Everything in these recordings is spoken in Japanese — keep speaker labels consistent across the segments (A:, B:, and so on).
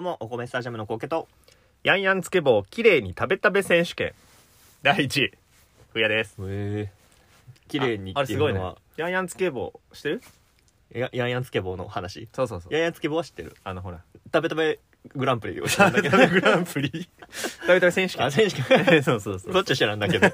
A: も、お米スタジアムのコケと、
B: ヤンヤンつけ棒きれいに食べ食べ選手権第1位ふやです
A: え綺麗に
B: あ
A: っ
B: あれ
A: て
B: す
A: いう
B: ごいね
A: のは、
B: ヤンヤンつけ棒知ってる
A: ややんやんつけ棒の話。
B: そうそうそ
A: やんやんつけ棒は知ってる。
B: あのほら
A: 食べ食べグランプリを したんだけど。
B: グランプリ食べ食べ選手
A: あ、
B: 権
A: 選手権。
B: そうそうそ
A: ど
B: う
A: っちは知らんだけ ど。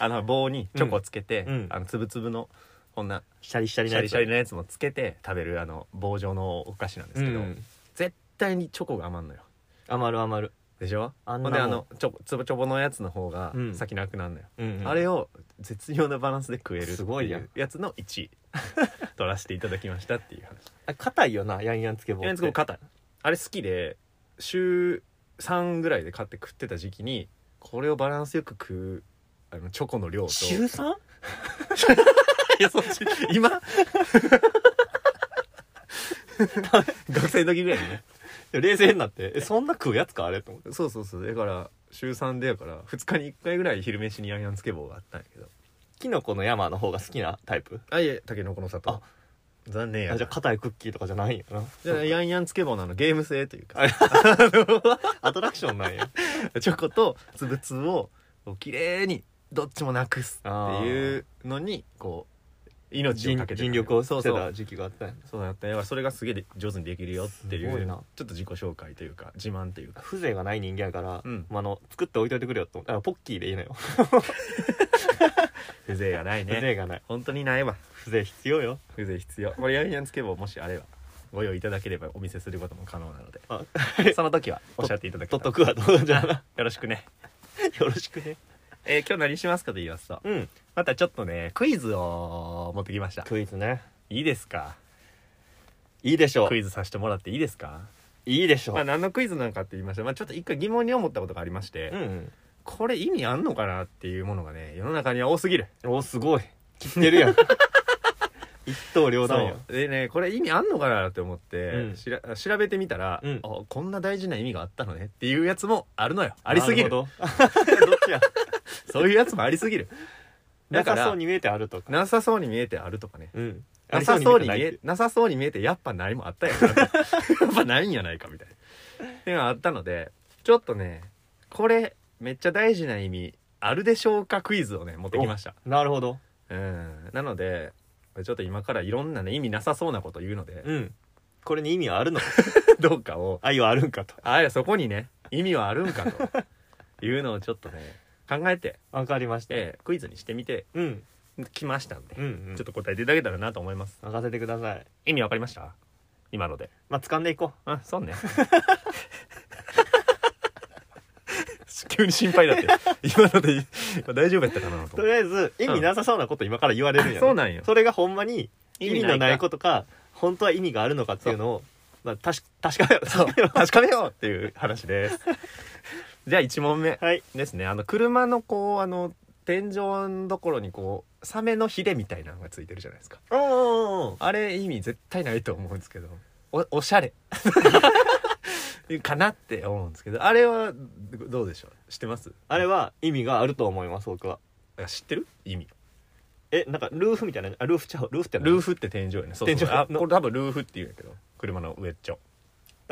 B: あの棒にチョコつけて、
A: うんうん
B: あのつぶつぶのこんな
A: シャリシャリ
B: シ
A: な
B: ャ
A: や
B: リ
A: つ
B: シャリのやつもつけて食べるあの棒状のお菓子なんですけど、
A: うん
B: 絶対にチョコが余んのよ
A: 余る余る。
B: でしょ
A: あんなんも
B: ほ
A: ん
B: であのちょつぼちょぼのやつの方が
A: うん
B: 先なくなるのよ、
A: うんうん
B: あれを絶妙なバランスで食えるって
A: すごいうやん
B: やつの1位 取らせていただきましたっていう話
A: あ硬いよな、やんやんつけ棒って。
B: やんつけ棒硬いあれ好きで週3ぐらいで買って食ってた時期にこれをバランスよく食うあのチョコの量と
A: 週 3?
B: いやそっち 今学生の時ぐらいにね
A: 冷静になって、え、そんな食うやつかあれと思って。
B: そうそうそうだから週3でやから2日に1回ぐらい昼飯にヤンヤンつけ棒があったんやけど
A: キノコの山の方が好きなタイプ。
B: あいえたけのこの里
A: あ
B: 残念や
A: あじゃあ硬いクッキーとかじゃないんやな。
B: じゃあヤンヤンつけ棒なのゲーム性というか
A: あ アトラクションなん や。
B: チョコとつぶつぶをこう綺麗にどっちもなくすっていうのにこう命を
A: 尽
B: かけて
A: 尽力をし
B: そう
A: て
B: そう
A: た時期があったんや
B: そうだったよそれがすげえ上手にできるよってい
A: すご
B: う
A: い
B: ち
A: な
B: ょっと自己紹介というか自慢という か
A: 風情がない人間やから、
B: うん
A: まあ、あの作って置いといてくれよと思ってあポッキーでいいのよ、
B: 風情がない
A: 風
B: ね
A: 情がない
B: 本当にないわ
A: 風情必要よ
B: 風情必要これヤンヤンつけ棒もしあればご用意いただければお見せすることも可能なので
A: あ
B: その時はおっしゃっていただけた
A: 取っ
B: ら
A: とくわどうじゃな
B: よろしくね
A: よろしくね
B: えー今日何しますかと言いますと
A: うん
B: またちょっとねクイズを持ってきました
A: クイズね
B: いいですか
A: いいでしょう
B: クイズさせてもらっていいですか
A: いいでしょう、
B: まあ何のクイズなのかって言いましたまあちょっと一回疑問に思ったことがありまして、
A: うん
B: これ意味あんのかなっていうものがね世の中には多すぎる
A: おすごい切ってる やん一刀両断やん
B: そうでねこれ意味あんのかなって思って、
A: うん
B: しら調べてみたら、
A: うん
B: あこんな大事な意味があったのねっていうやつもあるのよありすぎる
A: なほ どどっちや
B: そういうやつもあり すぎるだ
A: な
B: か
A: さ
B: ら
A: そうに見えてあるとか
B: なさそうに見えてあるとかね
A: うん
B: なさそうに見
A: あり
B: え
A: て
B: なさそうに見えてやっぱ何も あったやんやっぱないんやないかみたいなっていうのがあったのでちょっとねこれめっちゃ大事な意味あるでしょうかクイズをね持ってきました
A: ないなるほど
B: うんなのでちょっと今からいろんなね意味なさそうなこと言うので
A: うんこれに意味はあるの
B: どうかを
A: 愛はあるんかと
B: あいやそこにね意味はあるんかというのをちょっとね考えて、
A: わかりました、
B: えークイズにしてみて
A: うん
B: きましたんで、
A: うん、うん、
B: ち
A: ちょ
B: ょっ
A: っ
B: と答えていただけたらなと思います
A: と任せてください
B: 意味わかりました今ので
A: まあ掴んでいこう
B: あそ うね急に心配だって今ので今大丈夫やったかな
A: と
B: と思っ
A: りあえず意味なさそうなこと今から言われるんや、
B: て
A: ね
B: そうなんよ
A: それがほんまに意味のない
B: と
A: ことか本当は意味があるのかっていうのをまあ、確確かめよう
B: そう確かめようっていう話ですじゃあ1問目
A: はい
B: ですねあの車のこうあの天井のところにこうサメのヒレみたいなのがついてるじゃないですか
A: おお
B: あれ意味絶対ないと思うんですけどおおしゃれ かなって思うんですけどあれはどうでしょう知ってます
A: あれは意味があると思います僕は
B: あ知ってる意味
A: えなんかルーフみたいなあルーフちゃうルーフって
B: ル
A: フ
B: ーフって天井やねそうそ
A: 天
B: う
A: 井
B: あこれ多分ルーフって言うんやけど車の上っちょ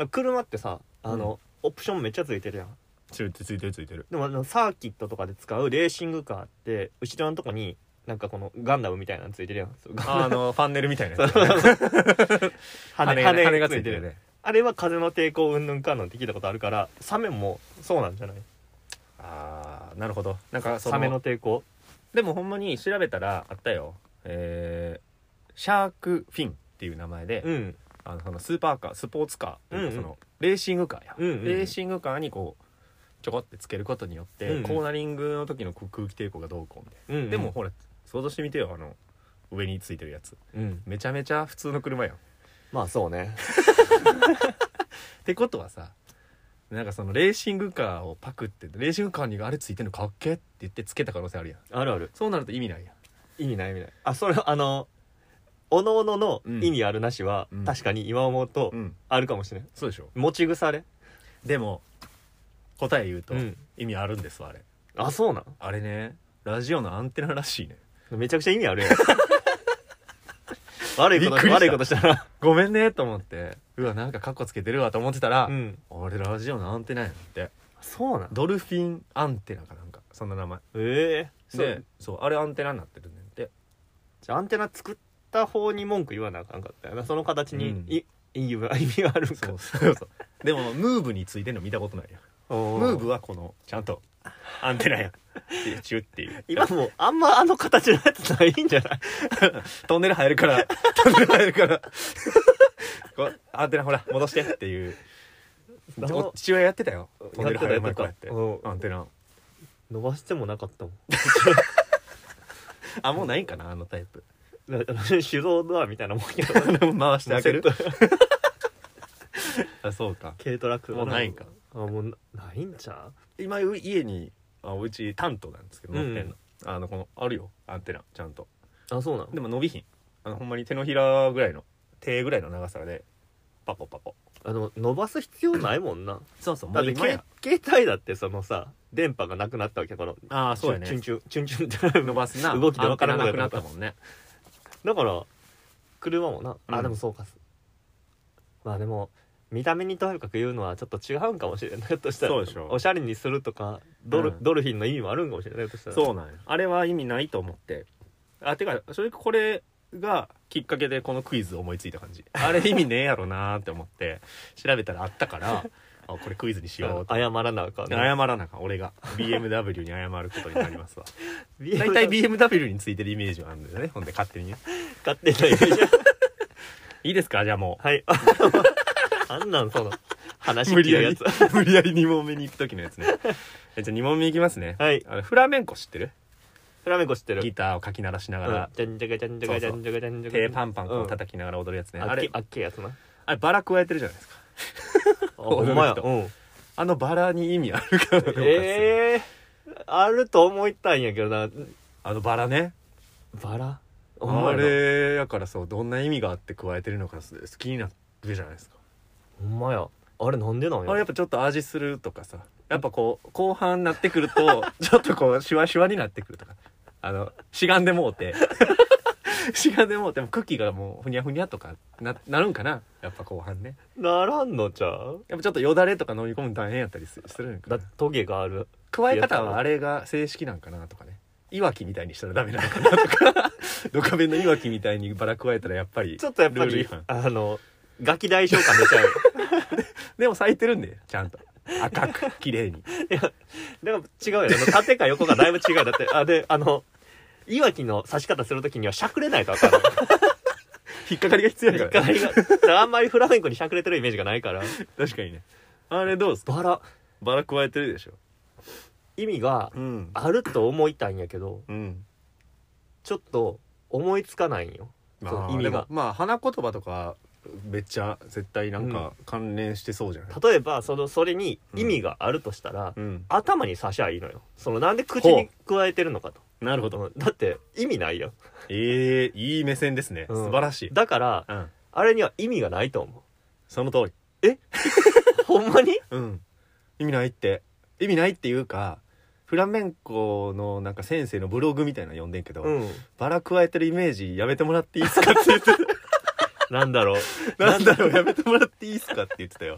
A: 車ってさあの、オプションめっちゃついてるやん
B: ついてるついてるついてる
A: でもあのサーキットとかで使うレーシングカーって後ろのとこになんかこのガンダムみたいなのついてるやんそう ガン
B: あのファンネルみたいな
A: そう
B: やつ
A: そうそう
B: 羽
A: 羽
B: 根
A: 羽
B: 羽
A: 根が
B: 根が
A: つ
B: つ
A: いて
B: いて
A: る
B: るね
A: あれは風の抵抗うんぬんかんのって聞いたことあるからサメもそうなんじゃない
B: ああなるほどなんかその
A: サメの抵抗
B: でもほんまに調べたらあったよえーシャークフィンっていう名前で、
A: うん
B: あのそのスーパーカースポーツカー
A: うんうん
B: そのレーシングカーや、
A: うんうん
B: レーシングカーにこうちょこってつけることによって、
A: うんうん
B: コーナリングの時のこう空気抵抗がどうこうみた
A: うん
B: い
A: う
B: な、
A: ん
B: でもほら想像してみてよあの上についてるやつ
A: うん
B: めちゃめちゃ普通の車やんっ
A: まあそうね
B: てことはさなんかそのレーシングカーをパクってレーシングカーにあれついてんのかっけって言ってつけた可能性あるやん
A: あるある
B: そうなると意味ないやん
A: 意味ない意味ないあそれあのおのおのの意味あるなしは、
B: うん
A: 確かに今思うと
B: うん
A: あるかもしれない
B: そうでしょ
A: 持ち腐れ
B: でも答え言うと
A: うん
B: 意味あるんですわあれ
A: あそうな
B: あれねラジオのアンテナらしいね
A: のめちゃくちゃ意味あるやん悪いこ
B: びっく
A: と
B: りした
A: 悪いことしたら
B: ごめんねと思ってうわなんかカッコつけてるわと思ってたら、
A: うん
B: 俺ラジオのアンテナやんって
A: そうなん
B: ドルフィンアンテナかなんかそんな名前
A: ええそ
B: で
A: う
B: そうあれアンテナになってるねんって
A: じゃあアンテナ作った方に文句言わなあかんかったよなその形に、
B: うん
A: い意味が 意味があるんか
B: そうそうそうでもムーブについてんの見たことないや
A: お
B: ムーブはこのちゃんとアンテナやんってチュッていう
A: 今もうあんまあの形のやつないんじゃない
B: トンネル入る からトンネル入るからこうアンテナほら戻してっていう
A: どう
B: お父親やってたよトンネル入る前こうやって
A: やってたやってた
B: アンテナ
A: 伸ばしてもなかった もん
B: あもうないんかなあのタイプ
A: だから手動ドアみたいなもんやろ
B: 回してあげる
A: セット
B: あそうか
A: 軽トラック
B: もうないんか
A: あもうなないんちゃ
B: 今う家にあおうち担当なんですけど
A: うん
B: 持ってんの,、あのこのあるよアンテナちゃんと
A: うあそうなの
B: でも伸びひんあのほんまに手のひらぐらいの手ぐらいの長さでパコパコ
A: あの伸ばす必要ないも んな
B: そうそう
A: だってけ携帯だってそのさ電波がなくなったわけこの
B: ああそうや
A: チュン
B: ね
A: チュンチュンチュンチュンって
B: 伸ばすな
A: 動きで分からな
B: な
A: く
B: く
A: な
B: な
A: っ
B: ったたもんね
A: だから車もなあ、
B: うん
A: でもそうかまあでも見た目にとにかく言うのはちょっと違うんかもしれない ひょっとしたら
B: そうでしょ
A: おしゃれにするとかドル,、
B: うん
A: ドルフィンの意味もあるんかもしれないひょっとしたら
B: そうなんやあれは意味ないと思ってあてかそれこれがきっかけでこのクイズを思いついた感じ あれ意味ねえやろなーって思って調べたらあったからあこれクイズにしようと
A: あ謝らなあかん
B: 謝らなあかん俺が BMW に謝ることになり ますわ
A: BM
B: 大体 BMW についてるイメージはあるんだよねほんで勝手にね
A: 買ってない じゃん
B: いいですかじゃあも
A: はい あんなんその話
B: う
A: 聞いやつ
B: 無理やり2問目に行く時のや つねえじゃあ2問目いきますね
A: はい
B: あのフラメンコ知ってる
A: フラメンコ知ってる
B: ギターをかき鳴らしなが
A: うん
B: ら、
A: じゃんじゃかじゃんじゃかじゃんじゃかじゃんじゃか
B: 手パンパンこ
A: うん
B: う叩きながら踊るやつね、
A: あっ
B: あ
A: け
B: れ
A: あっけやつなあ
B: あれバラ加えてるじゃないですか
A: ほんまや
B: 踊る人
A: うん
B: あのバラに意味あるかどうかっすよ
A: ええあると思いたいんやけどな
B: あのバラね
A: バラほんま
B: あ
A: やな
B: れやからそうどんな意味があって加えてるのかす好きになるじゃないですか
A: ほんまやあれなんでなんや
B: あれやっぱちょっと味するとかさやっぱこう後半になってくると ちょっとこうシュワシュワになってくるとかあのしがんでも うてしがんでもうても茎がもうふにゃふにゃとかななるんかなやっぱ後半ね
A: ならんのちゃう
B: やっぱちょっとよだれとか飲み込むの大変やったりすするんか
A: だ
B: な
A: トゲがある
B: 加え方はあれが正式なんかなとかねいわきみたいにしたらダメなのかなと かドカベンのいわきみたいにバラ加えたらやっぱり
A: ちょっとやっぱ
B: ルール違
A: り
B: 反
A: あのガキ大将感出ち ゃう
B: でも咲いてるんでちゃんと赤 く綺麗に
A: でも違うよねあの縦か横かだいぶ違うだってあであのいわきの刺し方するときにはしゃくれないとあかん
B: 引っかかりが必要や
A: 一
B: から
A: 回
B: ね、
A: がだからあんまりフラメンコにしゃくれてるイメージがないから
B: 確かにねあれどうですか
A: バラ
B: バラ加えてるでしょ
A: 意味が
B: うん
A: あると思いたいんやけど
B: うん
A: ちょっと思いつかないんよそ
B: ま
A: の
B: あ
A: 意味
B: で
A: が
B: もまあ花言葉とかめっちゃ絶対なんか関連してそうじゃない、
A: 例えばそのそれに意味があるとしたら、
B: うん
A: 頭に刺しゃいいのよそのなんで口に加えてるのかと
B: なるほど
A: うんだって意味ないよ
B: ええいい目線ですね、
A: うん
B: 素晴らしい、
A: だから
B: うん、
A: あれには意味がないと思
B: その通り
A: うほんまに
B: うん意味ないって意味ないっていうかフラメンコのなんか先生のブログみたいなの読んでんけど、
A: うん
B: バラ加えてるイメージやめてもらっていいですかって 言って
A: なんだろう
B: なんだろうやめてもらっていいですかって言ってたよ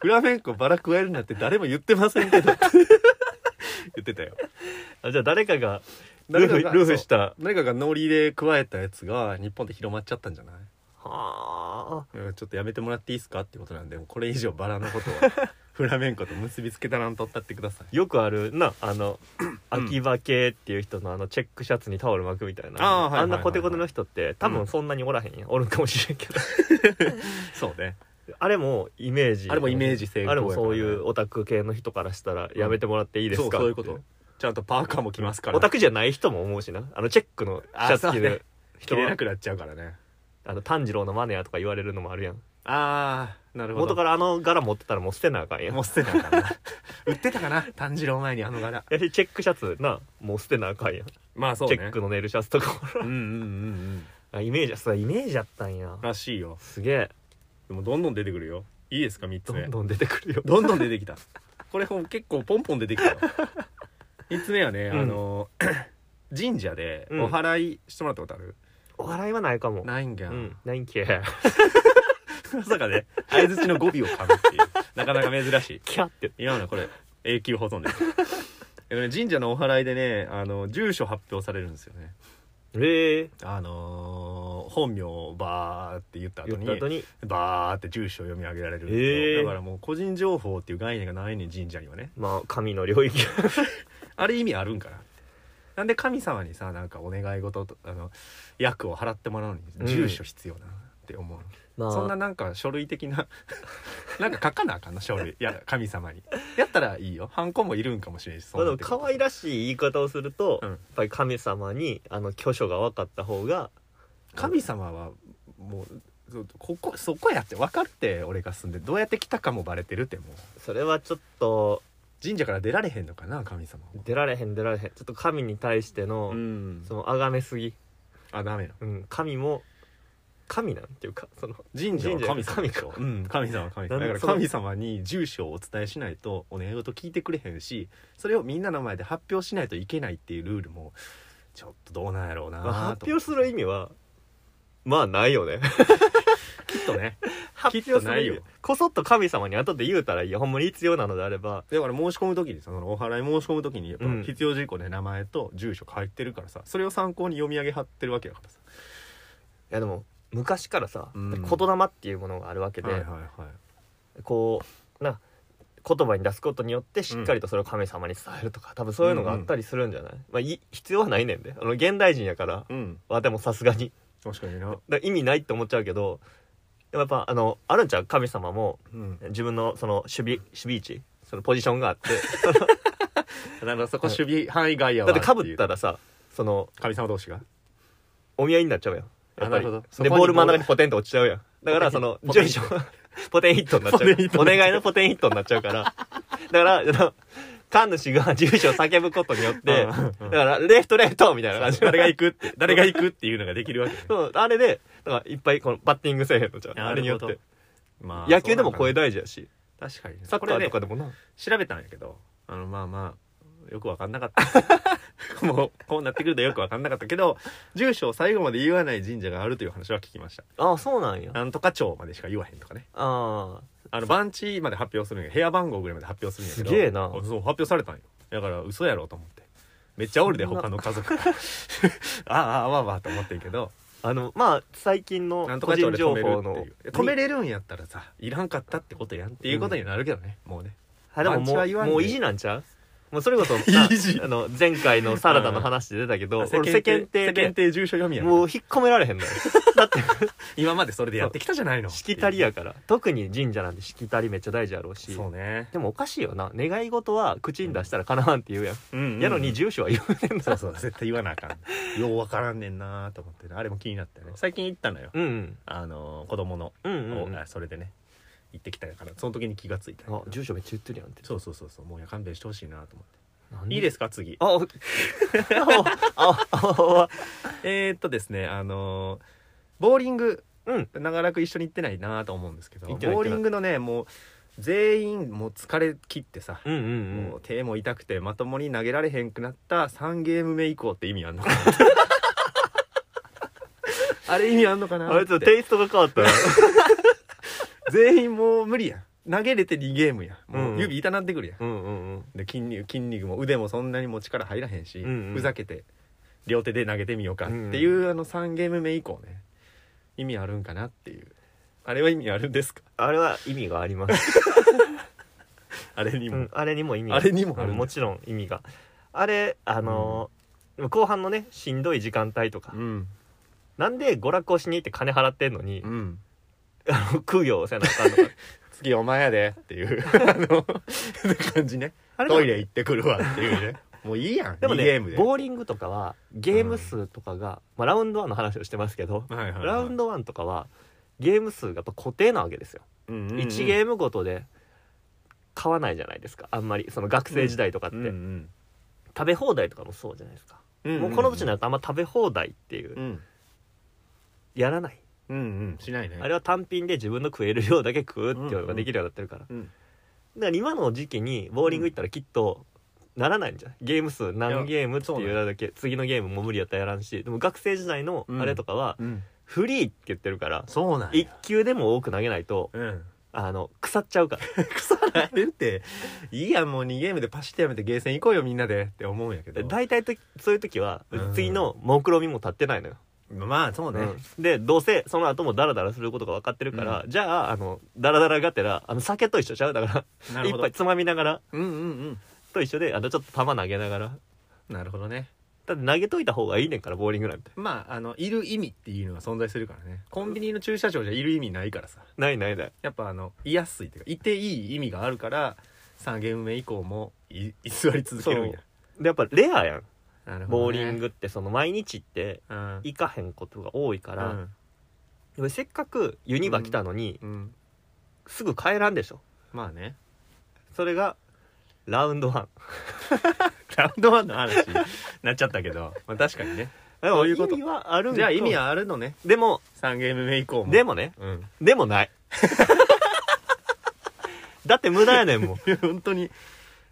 B: フラメンコバラ加えるなんて誰も言ってません けどって言ってたよ
A: あじゃあ誰かがル
B: 誰
A: ー
B: か
A: フ
B: が
A: ルーフした
B: 誰かがノリで加えたやつが日本で広まっちゃったんじゃない
A: はあ
B: うんちょっとやめてもらっていいですかってことなんでもうこれ以上バラのこと はフラメンコと結びつけたらんとったってください
A: よくあるなあの秋葉系っていう人のあのチェックシャツにタオル巻くみたいな
B: あーはいはいはいはい
A: んなコテコテの人って多分そんなにおらへんや、ん、おるかもしれんけど
B: そうね
A: あれもイメージ
B: あれもイメージ成功
A: あ
B: や
A: れ
B: からね
A: もそういうオタク系の人からしたらやめてもらっていいですか、
B: そうそういうことちゃんとパーカーも着ますから
A: オタクじゃない人も思うしなあのチェックのシャツ
B: あそ
A: 着
B: うね
A: る
B: 着
A: 人
B: れな
A: は
B: くなっちゃうからね
A: あの炭治郎のマネやとか言われるのもあるやん
B: ああなるほど
A: 元からあの柄持ってたらもう捨てなあかんやん
B: もう捨てたからな 売ってたかな炭治郎前にあの柄
A: やしチェックシャツなもう捨てなあかんやん、
B: まあそう
A: チ
B: ね
A: ェックのネイルシャツとか
B: うんうんうんうん
A: も あイメージそうイメージやったんや
B: らしいよ
A: すげえ
B: でもどんどん出てくるよいいですか3つ
A: ど
B: 目
A: んどん出てくるよ
B: どんどん出てきたこれほん結構ポンポン出てきたよ3つ目はね、
A: うん
B: あの 神社で
A: うん
B: お祓いしてもらったことある、
A: お笑いはないかも
B: ないん が、
A: うんないんけ
B: まさかね相づちの語尾を噛むっていうなかなか珍しい
A: キャって
B: 今のこれ永久保存ですでもね神社のお祓いでねあの住所発表されるんですよね
A: え
B: あのー本名をバーって言った
A: ー、言
B: 後
A: っ
B: に
A: た後に
B: バーって住所を読み上げられるんですよ、
A: えー
B: だからもう個人情報っていう概念がないねん神社にはね
A: まあ神の領域
B: あれ意味あるんかななんで神様にさなんかお願い事とあの役を払ってもらう
A: う
B: の
A: ん
B: に住所必要なって思う、
A: まあ
B: そんななんか書類的ななんか書かなあかんな書類いや神様にやったらいいよハンコもいるんかもしれんしそ
A: まあ、
B: う
A: で
B: なっ
A: も
B: てくる
A: 可愛らしい言い方をすると、
B: うん
A: やっぱり神様にあの巨所が分かった方が
B: 神様はもうそここそこやって分かって俺が住んでどうやって来たかもバレてるってもう
A: それはちょっと
B: 神社から出られへんのかな神様は
A: 出られへん出られへんちょっと神に対しての、
B: ん
A: その崇めすぎ、
B: あダメな
A: うん、神も神なんていうかその
B: 神社は神様
A: 神
B: で
A: か
B: しょうん神様は
A: な
B: 神様だ
A: んで
B: から
A: その
B: 神様に住所をお伝えしないとお願い事聞いてくれへんしそれをみんなの前で発表しないといけないっていうルールもちょっとどうなんやろうな
A: まあ
B: あ
A: 発表する意味はまあないよね
B: きっとね
A: 発
B: きっ
A: 表す
B: と
A: る
B: ないよ
A: 意味こそっと神様に後で言うたらいいよほんまに必要なのであれば
B: だから申し込む時にさそのお払い申し込む時にやっぱ
A: うん
B: 必要事項で名前と住所書いてるからさそれを参考に読み上げ貼ってるわけやからさ
A: いやでも昔からさ、
B: うん
A: 言霊っていうものがあるわけで、
B: はいはいはい
A: こうな言葉に出すことによってしっかりとそれを神様に伝えるとか、多分そういうのがあったりするんじゃない、まあ、い必要はないねんであの現代人やから
B: うん
A: まあでもさすがに
B: 確かにな
A: だから意味ないって思っちゃうけどでもやっぱあのあるんちゃう神様も
B: うん
A: 自分のその守備守備位置そのポジションがあって
B: だからそこ守備範囲外や
A: だ
B: わ
A: ってかぶっ
B: いう
A: たらさその
B: 神様同士が
A: お見合いになっちゃうやんやっぱり
B: あなるほどそこに
A: でボール真ん中にポテンと落ちちゃうやんだからその
B: ポテン
A: 住所 ポテンヒットになっちゃ
B: ポテンヒット
A: うお願いのポテンヒットになっちゃうからだからあの神主が 住所を叫ぶことによって
B: うん
A: だからレフトレフトみたいな感じ
B: 誰が行くって誰が行くっていうのができる わけね
A: そうあれでだからいっぱいこのバッティングせえへんのじゃんあれによっ
B: なる
A: て
B: ほどまあ
A: 野球でも
B: そう
A: 声
B: なんか
A: 大事やし
B: な確かにね
A: サッカ
B: これ
A: ー
B: ね
A: とかでもな
B: 調べたんやけどあのまあまあよくわかんなかった もうこうなってくるとよくわかんなかったけど住所を最後まで言わない神社があるという話は聞きました
A: ああそうなんやあ
B: なんとか町までしか言わへんとかね
A: あ
B: あの番地まで発表するんや部屋番号ぐらいまで発表するんやけど
A: すげえな
B: そう発表されたんよだから嘘やろうと思ってめっちゃおるで
A: そんな
B: 他の家族あ あああわあわあと思ってんけど
A: あのまあ最近の
B: なんと
A: 個
B: か町
A: 人
B: で
A: 情
B: 止める
A: 報
B: っ
A: の
B: ていう止めれるんやったらさいらんかったってことやんっていうことになるけどね、もうね
A: あでも
B: パンチ
A: も
B: は
A: う
B: 言わんで
A: もう意地なんちゃうもうそれこそ
B: 意地
A: なあの前回のサラダの話で出たけど、俺世間体
B: 世間
A: で
B: 体住所読みやん
A: もう引っ込められへんのよだって
B: 今までそれでやってきたじゃないの
A: しきたりやから特に神社なんてしきたりめっちゃ大事やろうし
B: そうね
A: でもおかしいよな願い事は口に出したらかなわんって言うやん、
B: うんうん
A: やのに住所は言うねんな
B: そうそう絶対言わなあかんようわからんねんなーと思ってねあれも気になったよね最近行ったのよ
A: うんうん
B: あのー子供の、
A: うんうんうん
B: おあそれでね行ってきたからその時に気がついた
A: あ住所めっちゃ言ってるやんって
B: そうそうそうそうもういや勘弁してほしいなと思っ
A: なん
B: ていいですか次
A: あおあああ
B: えー、っとですねあのーボーリング
A: うん
B: 長らく一緒に行ってないなと思うんですけど
A: 行
B: ボ
A: ってない
B: ーリングのねもう全員もう疲れ切ってさ、
A: うんうんうん
B: もう手も痛くてまともに投げられへんくなった3ゲーム目以降って意味あんの かなあれ意味あんのかな
A: あれちょっと
B: って
A: テイストが変わったな
B: 全員もう無理やん投げれて2ゲームやんもう
A: うん
B: 指痛なってくるやん、
A: うんうんうん
B: で筋肉筋肉も腕もそんなにもう力入らへんし、
A: うんうん
B: ふざけて両手で投げてみようかっていう、あの3ゲーム目以降ね意味あるんかなっていうあれは意味あるんですか
A: あれは意味があります、
B: あれに
A: う
B: も、
A: ん、あれにも意味が
B: あれにもある
A: もちろん意味があれあのー後半のねしんどい時間帯とか、
B: うん
A: なんで娯楽をしに行って金払ってんのに、
B: うん
A: あの苦行をせなあかんの か
B: 次お前やでっていう あの感じね
A: あれでも
B: トイレ行ってくるわっていうねもういいやん
A: でもね
B: 二ゲームで
A: ボーリングとかはゲーム数とかが、まあ、ラウンド1の話をしてますけど、
B: はいはいはい
A: ラウンド1とかはゲーム数がやっぱ固定なわけですよ、
B: うんうん
A: 1ゲームごとで買わないじゃないですかあんまりその学生時代とかって、
B: うんうん
A: 食べ放題とかもそうじゃないですか、
B: うんうん
A: もうこの年になるとあんま食べ放題っていう、
B: うん
A: やらない
B: うんうんしないね
A: あれは単品で自分の食える量だけ食うっていうのができるようになってるから、
B: うん
A: だから今の時期にボーリング行ったらきっと、ならないんじゃないゲーム数何ゲームって
B: そう
A: い
B: ね
A: うだけ次のゲームも無理やったらやらんしでも学生時代のあれとかは
B: うん
A: フリーって言ってるから
B: そうなん
A: 1
B: や
A: 球でも多く投げないと
B: うん
A: あの腐っちゃうから
B: 腐 られるっていいやもう2ゲームでパシッてやめてゲーセン行こうよみんなでって思うんやけど
A: 大体とそういう時は
B: うん
A: 次の目論見も立ってないのよ、
B: まあそうね、
A: うんでどうせその後もダラダラすることが分かってるから、じゃああのダラダラがてらあの酒と一緒ちゃうだか
B: な
A: ら
B: る
A: 一
B: ほど
A: 杯つまみながら
B: うんうん
A: と一緒であのちょっと球投げながら
B: うんなるほどね
A: だって投げといた方がいいねんからボーリングなんて
B: まああのいる意味っていうのが存在するからねコンビニの駐車場じゃいる意味ないからさ
A: ないないない
B: やっぱあのいやすいっていうかいていい意味があるから3ゲーム目以降もい居座り続けるんや
A: でやっぱレアやん
B: なるほ
A: ボ
B: ど
A: ー
B: ね
A: リングってその毎日って
B: うん
A: 行かへんことが多いか
B: う
A: ら、
B: ん
A: でもせっかくユニバ来たのに、
B: うん
A: すぐ帰らんでしょ
B: まあね
A: それがラウンド1
B: ラウンドワンの話になっちゃったけどまあ確かにね
A: でも
B: そういうこと
A: 意味はあるん
B: じゃあ意味
A: は
B: はあるのね
A: でも
B: 3ゲーム目以降も
A: でもね
B: うん
A: でもない だって無駄やねんもう
B: いや 本当に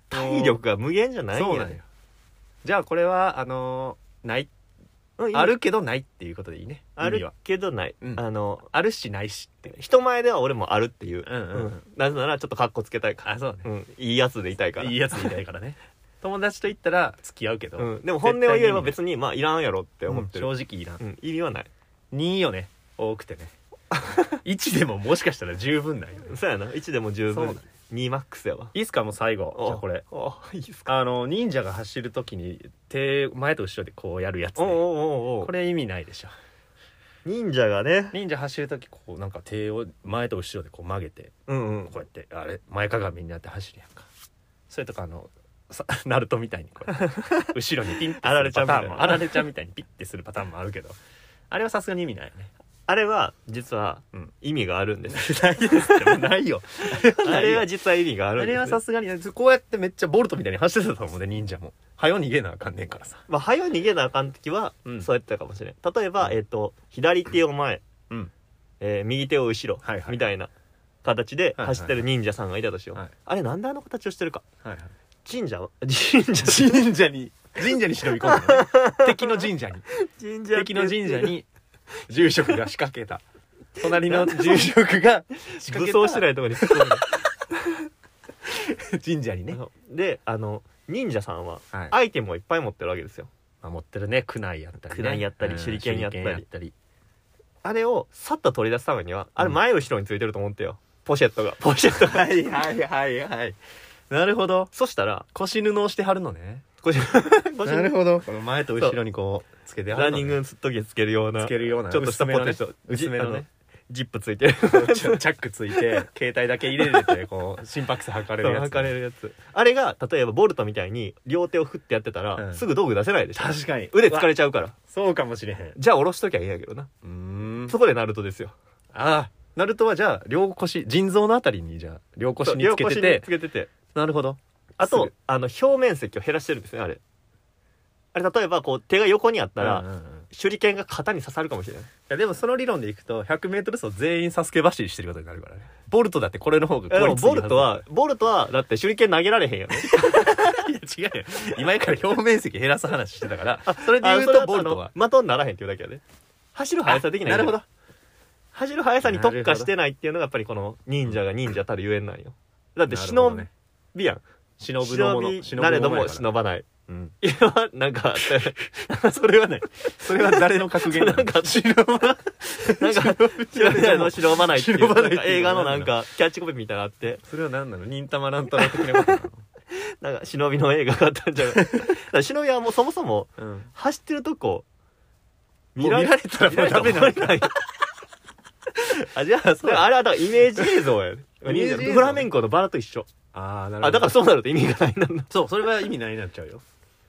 A: 体力が無限じゃないんや
B: そうなんよじゃあこれはあのーない
A: うん今
B: あるけどないっていうことでいいね
A: あ
B: 意味
A: る
B: は
A: けどない、
B: うん
A: あの
B: あるしないしって
A: 人前では俺もあるっていう、
B: うんうんうん
A: なぜならちょっとカッコつけたいから、
B: あそうね
A: うん、いいやつでいたいから
B: いいやついないからね 友達と行ったら付き合うけど、
A: うん、でも本音を言えば別にまあいらんやろって思ってる、
B: う
A: うんん
B: 正直いらん
A: 意味はない
B: 2よね多くて ね1でももしかしたら十分ないよね
A: そうやな1でも十
B: そう
A: 分
B: だね
A: 2マックスやわ
B: いいっすかもう最後じゃあこれ
A: おいいっすか
B: あの忍者が走る時に手前と後ろでこうやるやつ、
A: おうおう
B: ね、
A: おうおう
B: これ意味ないでしょ
A: 忍者がね
B: 忍者走る時こうなんか手を前と後ろでこう曲げて
A: うんうん
B: こうやってあれ前かがみになって走るやんかそれとかあのさ ナルトみたいにこうやって 後ろにピンってす
A: あら
B: る
A: れちゃん
B: パタ
A: みたい
B: ーン
A: な
B: もあられちゃんみたいにピッてするパターンもあるけどあれはさすがに意味ないよね
A: あれは実は
B: うん
A: 意味があるんです、
B: ないですってもうない よ
A: あれは実は意味があ
B: あ
A: るんです
B: れはさすがにこうやってめっちゃボルトみたいに走ってたと思うね忍者も早よ逃げなあかんねんからさ
A: まあ早逃げなあかん時は
B: うん
A: そうやってたかもしれん、例えば、
B: うん
A: えっ、と左手を前、
B: うん
A: えー右手を後ろ、
B: はいはい
A: みたいな形で
B: はいはい
A: 走ってる忍者さんがいたとしよう、
B: はい
A: あれなんであの形をしてるか
B: はい、
A: 神社は 神社
B: 神社に神社に忍び 込んで、ね、敵の神社に
A: 神社
B: 敵の神社 に住職が仕掛けた 隣の住職が仕掛
A: 武
B: け
A: 装して
B: た
A: ないとこに突っ込んで
B: 神社にね
A: あ、の であの忍者さんは
B: はい
A: アイテムをいっぱい持ってるわけですよ
B: 守ってるね苦内やったり、
A: 苦
B: ね、
A: 難やったり
B: うん
A: 手裏剣やったり
B: 手裏り
A: あれをさっと取り出すためにはあれ
B: うん
A: 前後ろについてると思ってよポシェットがポシェットが
B: はいはいはいはいなるほど
A: そしたら
B: 腰布をしてはるのね
A: こ れこれ
B: ほどこの前と後ろにこうつけては
A: ラ
B: る
A: ン
B: の、
A: ニ
B: ね、
A: ングの時につけるような
B: つけるような
A: ちょっとしたポテト
B: 薄めのね
A: ジップついてる
B: 薄めのねちょチャッ クついて携帯だけ入れてこう 心拍数測れるやつ、
A: そう測れるやつあれが例えばボルトみたいに両手を振ってやってたら、
B: うん
A: すぐ道具出せないでしょ
B: 確かに
A: 腕疲
B: うわ
A: れちゃうから
B: そうかもしれへんう
A: じゃあ下ろしときゃいいんやけどな、
B: ーん
A: そこでナルトですよ
B: ああナルトはじゃあ両腰腎臓のあたりにじゃあ両腰に
A: そう
B: つけて
A: 両腰に
B: て
A: つけてて
B: なるほど
A: あ
B: す
A: と
B: ぐ
A: あの表面積を減らしてるんですねあれあれ例えばこう手が横にあったら、
B: うんうんうん
A: 手裏剣が肩に刺さるかもしれない
B: いやでもその理論でいくと 100m 走全員サスケ走りしてることになるからねボルトだってこれの方が
A: いやでも
B: 効率いいは
A: ボ
B: ず
A: ルトはボルトはだって手裏剣投げられへんやろ
B: いや違うよ今から表面積減らす話してたからそれで
A: あ
B: 言う
A: それ
B: と
A: は
B: ボルトは
A: あの的にならへんっていうだけやで走る速さできない
B: なるほど
A: 走る速さに特化してないっていうのがやっぱりこの忍者が忍者たるゆえんなんよだって
B: なるほど
A: 忍
B: ね
A: びやん
B: 忍ぶの
A: 忍
B: もの
A: び
B: 忍ぶ
A: 誰
B: の
A: ど
B: もの
A: も
B: やから
A: 忍ばない
B: うん
A: いやなんかあったよね
B: それは ねそれは誰の格言 なの
A: なんか
B: 忍ば
A: なんか忍びないの忍ばないっていう
B: 忍ばない
A: なん
B: っていう
A: か映画のなんかキャッチコピーみたいなのあって
B: それは何なの忍たま乱太郎的なこと
A: なんか忍びの映画があったんじゃない だから忍びはもうそもそも
B: なの、 うん、
A: 走ってるとこ
B: 見られたらもうダメなの
A: 見られたら
B: あじゃあ
A: もうあれはだからイメージ映像やね
B: イメージ映像
A: フラメンコのバラと一緒
B: ああなるほど
A: あだからそうなると意味がないなんだ
B: そうそれは意味ないになっちゃうよ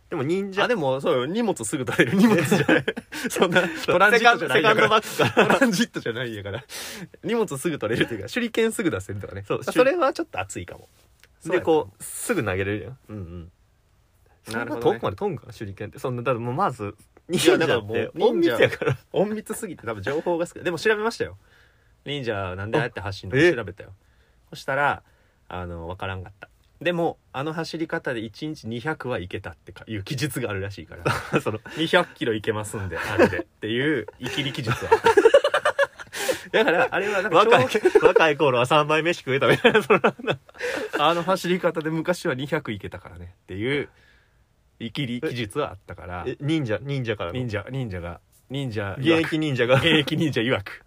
A: でも忍者
B: あでもそうよ荷物すぐ取れる荷物 じゃないそんなトランジットじゃな
A: セカ
B: いんだ
A: ン
B: か
A: ド
B: ら
A: バッグから
B: トランジットじゃないんやから 荷物すぐ取れるという か手裏剣すぐ出せるとかね
A: そう
B: それはちょっと熱いかも
A: でこうすぐ投げれるやん
B: ううんうん
A: そ
B: なんる
A: な
B: ほど、
A: 遠
B: ね
A: く、まで飛んかな手裏剣ってそんなだからもうまず忍
B: や
A: 者
B: だから
A: っ
B: も
A: て
B: う
A: 隠密
B: 忍者
A: やから
B: 隠密すぎて多分情報が少ないでも調べましたよ忍者なんでああやって走るの
A: あえ
B: か調べたよそしたらあの分からんかったでもあの走り方で1日200はいけたってかいう記述があるらしい から
A: その
B: 200キロいけますんであれでっていう生きり記 述はだからあれはなんか
A: 若い
B: 長距
A: 若い頃は3倍飯食えたみたい なその
B: あの走り方で昔は200いけたからねっていう生きり記述はあったから
A: え忍者忍者からの
B: 忍者忍者が忍者曰く
A: 現役忍者が
B: 現役忍者曰く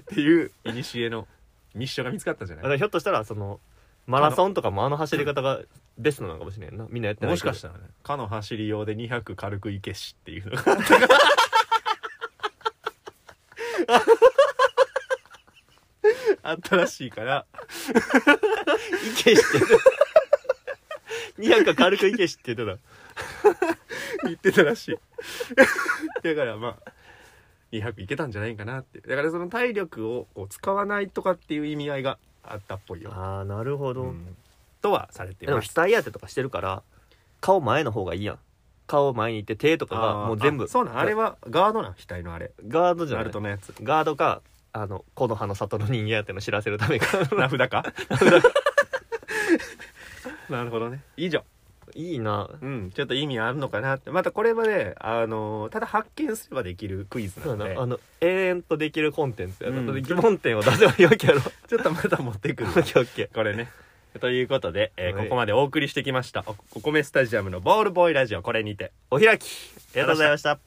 B: っていう古の密書が見つかったんじ
A: あ
B: ゃな
A: だからひょっとしたらそのマラソンとかもあの走り方がベストなのかもしれんなみんなやって
B: い
A: ない
B: もしかしたたらね「かの走り用で200軽くいけし」っていうのがあったらしいから
A: らイケシ って200か軽くイケシって言って
B: 言ってたらしい だからまあ200いけたんじゃないかなってだからその体力をこう使わないとかっていう意味合いがあったっぽい
A: た
B: よ、
A: ああなるほど、
B: うんとはされて
A: でも
B: ます
A: 額当てとかしてるから顔前の方がいいやん顔前に行って手とか
B: あ
A: が
B: ー
A: もう全部
B: あそうなんあれはガードなん額のあれ
A: ガードじゃ
B: ナ
A: な
B: ル
A: い
B: トのやつ
A: ガードかあの木の葉の里の人間やっての知らせるためか
B: 名札かなるほどね以上
A: いいな
B: うんちょっと意味あるのかなってまたこれはねあのーただ発見すればできるクイズ
A: そ
B: な
A: う
B: の
A: や
B: で
A: なあの永遠とできるコンテンツやな、
B: うん
A: 疑問点を出せばいいわ けやろ
B: ちょっとまた持って く
A: オ
B: る
A: ッケーオッケ
B: これね ということで、えー
A: はい
B: ここまでお送りしてきましたおお米スタジアムのボールボーイラジオこれにて
A: ーお開きありがとうございました